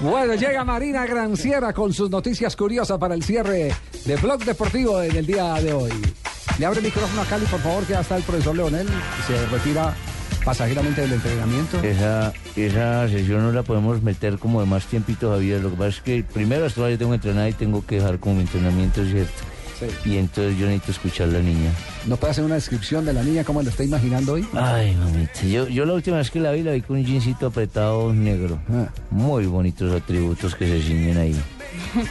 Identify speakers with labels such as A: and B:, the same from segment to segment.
A: Bueno, llega Marina Granciera con sus noticias curiosas para el cierre de Blog Deportivo en el día de hoy. Le abre el micrófono a Cali, por favor, que hasta el profesor Leonel se retira pasajeramente del entrenamiento.
B: Esa, esa sesión no la podemos meter como de más tiempito, Javier. Lo que pasa es que primero hasta ahora yo tengo entrenada y tengo que dejar como mi entrenamiento, ¿cierto?
A: Sí.
B: Y entonces yo necesito escuchar a la niña.
A: ¿Nos puede hacer una descripción de la niña, cómo la está imaginando hoy?
B: Ay, mamita. Yo, yo la última vez que la vi, la vi con un jeansito apretado negro.
A: Ah.
B: Muy bonitos atributos que se ciñen ahí.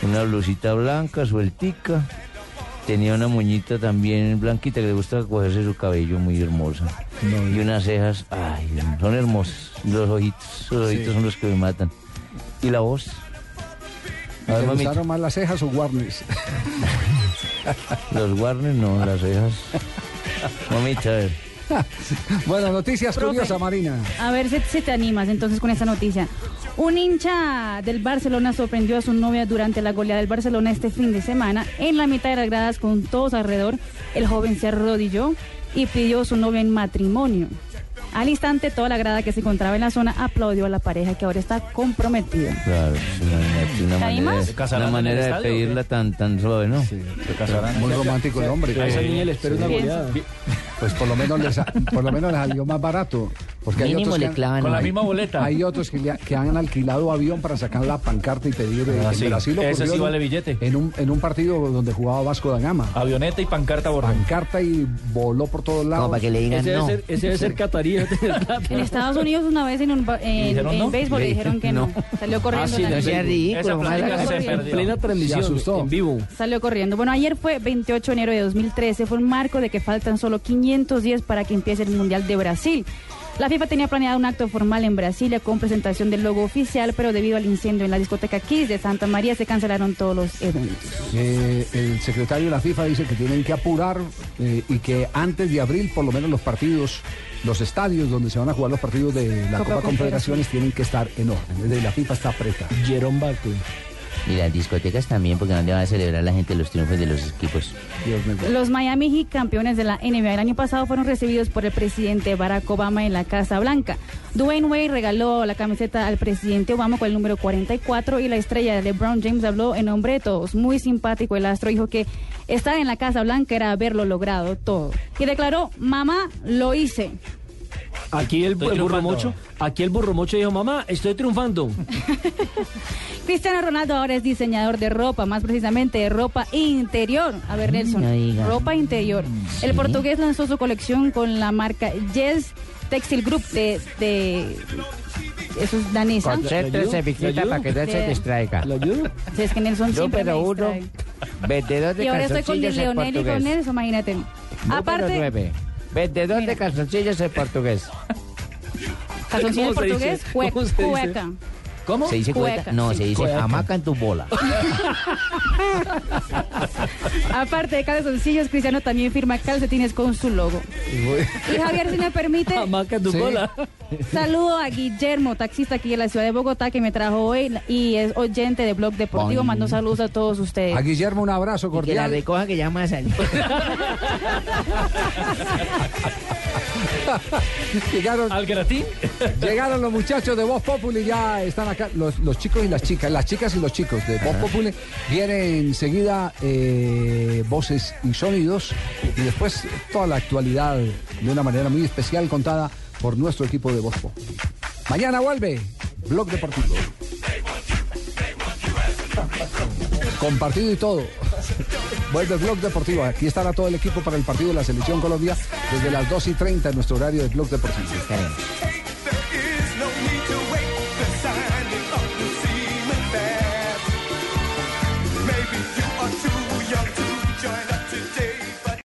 B: Una blusita blanca, sueltica. Tenía una moñita también blanquita que le gusta cogerse su cabello, muy hermosa. Y unas cejas, ay, son hermosas. Los ojitos, los ojitos son los que me matan. Y la voz. A ver,
A: ¿Le
B: mamita.
A: gustaron más las cejas o guarnish?
B: Los Warner no, las cejas. Mamita, a ver.
A: bueno, noticias
C: Profe.
A: curiosas, Marina.
C: A ver si, si te animas entonces con esta noticia. Un hincha del Barcelona sorprendió a su novia durante la goleada del Barcelona este fin de semana. En la mitad de las gradas, con todos alrededor, el joven se arrodilló y pidió a su novia en matrimonio. Al instante, toda la grada que se encontraba en la zona aplaudió a la pareja que ahora está comprometida.
B: Claro, sí, imagínate, una
C: ¿Te
B: manera,
C: animas?
B: de-
D: ¿Se casarán
B: una
D: en el
B: manera de
D: estadio o
B: pedirla
D: qué?
B: tan, tan suave, ¿no?
D: Se casarán.
A: Muy romántico el hombre.
D: A esa niña le espero una
C: Sí.
D: goleada.
A: Pues por lo menos les, por lo menos les salió más barato. Porque hay
B: Mínimo
A: otros, que
B: le
A: han,
B: clavan.
D: Con la
B: ahí.
D: misma boleta.
A: hay otros que, le- que han alquilado avión para sacar la pancarta y pedir. eh,
D: Ah,
A: en
D: sí.
A: Brasil
D: Ese
A: ocurrió
D: sí
A: en un-
D: vale billete. Ah.
A: En un, en un partido donde jugaba Vasco da Gama.
D: Avioneta y pancarta borrada.
A: Pancarta y voló por todos lados.
B: Como para que le digan
E: Ese debe
B: no.
E: ser, ese debe ser catarí, debe tener plata.
C: En Estados Unidos, una vez en, un ba- en-
D: dijeron
C: en
D: no?
C: béisbol, le dijeron que no.
B: No.
C: Salió corriendo.
E: Ah, sí,
C: la
E: no
C: niña.
E: sea
D: Esa
B: ridículo,
D: plática
C: mala
D: se
C: cara.
E: En
D: perdió.
E: plena transmisión,
A: Se asustó.
E: en vivo.
C: Salió corriendo. Bueno, ayer fue 28 de enero de 2013, fue un marco de que faltan solo 500 días para que empiece el Mundial de Brasil. La FIFA tenía planeado un acto formal en Brasilia con presentación del logo oficial, pero debido al incendio en la discoteca Kiss de Santa María se cancelaron todos los eventos.
A: Eh, el secretario de la FIFA dice que tienen que apurar eh, y que antes de abril, por lo menos los partidos, los estadios donde se van a jugar los partidos de la
C: Copa
A: Copa, Confederaciones tienen que estar en orden. Es decir, la FIFA está apretada.
E: Jerón Baco.
B: Y las discotecas también, porque no le van a celebrar a la gente los triunfos de los equipos.
A: Dios mío.
C: Los Miami Heat, campeones de la NBA el año pasado, fueron recibidos por el presidente Barack Obama en la Casa Blanca. Dwayne Wade regaló la camiseta al presidente Obama con el número 44 y la estrella de LeBron James habló en nombre de todos. Muy simpático el astro, dijo que estar en la Casa Blanca era haberlo logrado todo. Y declaró, mamá, lo hice.
E: Aquí el,
D: Estoy
E: el burro
D: triunfando.
E: mocho, aquí el burro mocho dijo, mamá, estoy triunfando.
C: Cristiano Ronaldo ahora es diseñador de ropa, más precisamente de ropa interior. A ver, Nelson,
B: Mm, no digas. Mm,
C: ropa interior. El portugués lanzó su colección con la marca Yes Textile Group de... de eso es danesa.
E: Concéntrese, Vicenta, para que
C: no se distraiga.
E: ¿Lo ayudo?
C: Sí, es que Nelson siempre me distrae.
B: vendedor
C: Y ahora estoy con Leonel y con Nelson, imagínate. Aparte,
B: vendedor
C: Mira.
B: calzoncillos en portugués.
C: calzoncillo en
E: ¿Cómo se dice?
C: portugués, cueca.
E: ¿Cómo se dice?
C: cueca.
E: ¿Cómo?
B: ¿Se dice
C: Cueca,
B: cueca? No,
C: sí.
B: se dice
E: Cueca.
B: hamaca en tu bola.
C: Aparte de calzoncillos, Cristiano también firma calcetines con su logo. Y Javier, si me permite...
E: Hamaca en tu
A: Sí.
E: cola.
C: Saludo a Guillermo, taxista aquí en la ciudad de Bogotá, que me trajo hoy y es oyente de Blog Deportivo. Mando saludos a todos ustedes.
A: A Guillermo un abrazo cordial.
B: recoja que ya más salir.
A: Llegaron,
D: Al gratín.
A: llegaron los muchachos de Voz Populi, ya están acá, los, los chicos y las chicas, las chicas y los chicos de Voz Populi. Viene enseguida eh, voces y sonidos y después toda la actualidad de una manera muy especial contada por nuestro equipo de Voz Populi. Mañana vuelve Blog Deportivo. Compartido y todo. Vuelve Blog Deportivo. Aquí estará todo el equipo para el partido de la Selección Colombia desde las 2 y 30 en nuestro horario de Blog Deportivo.
B: Estaremos.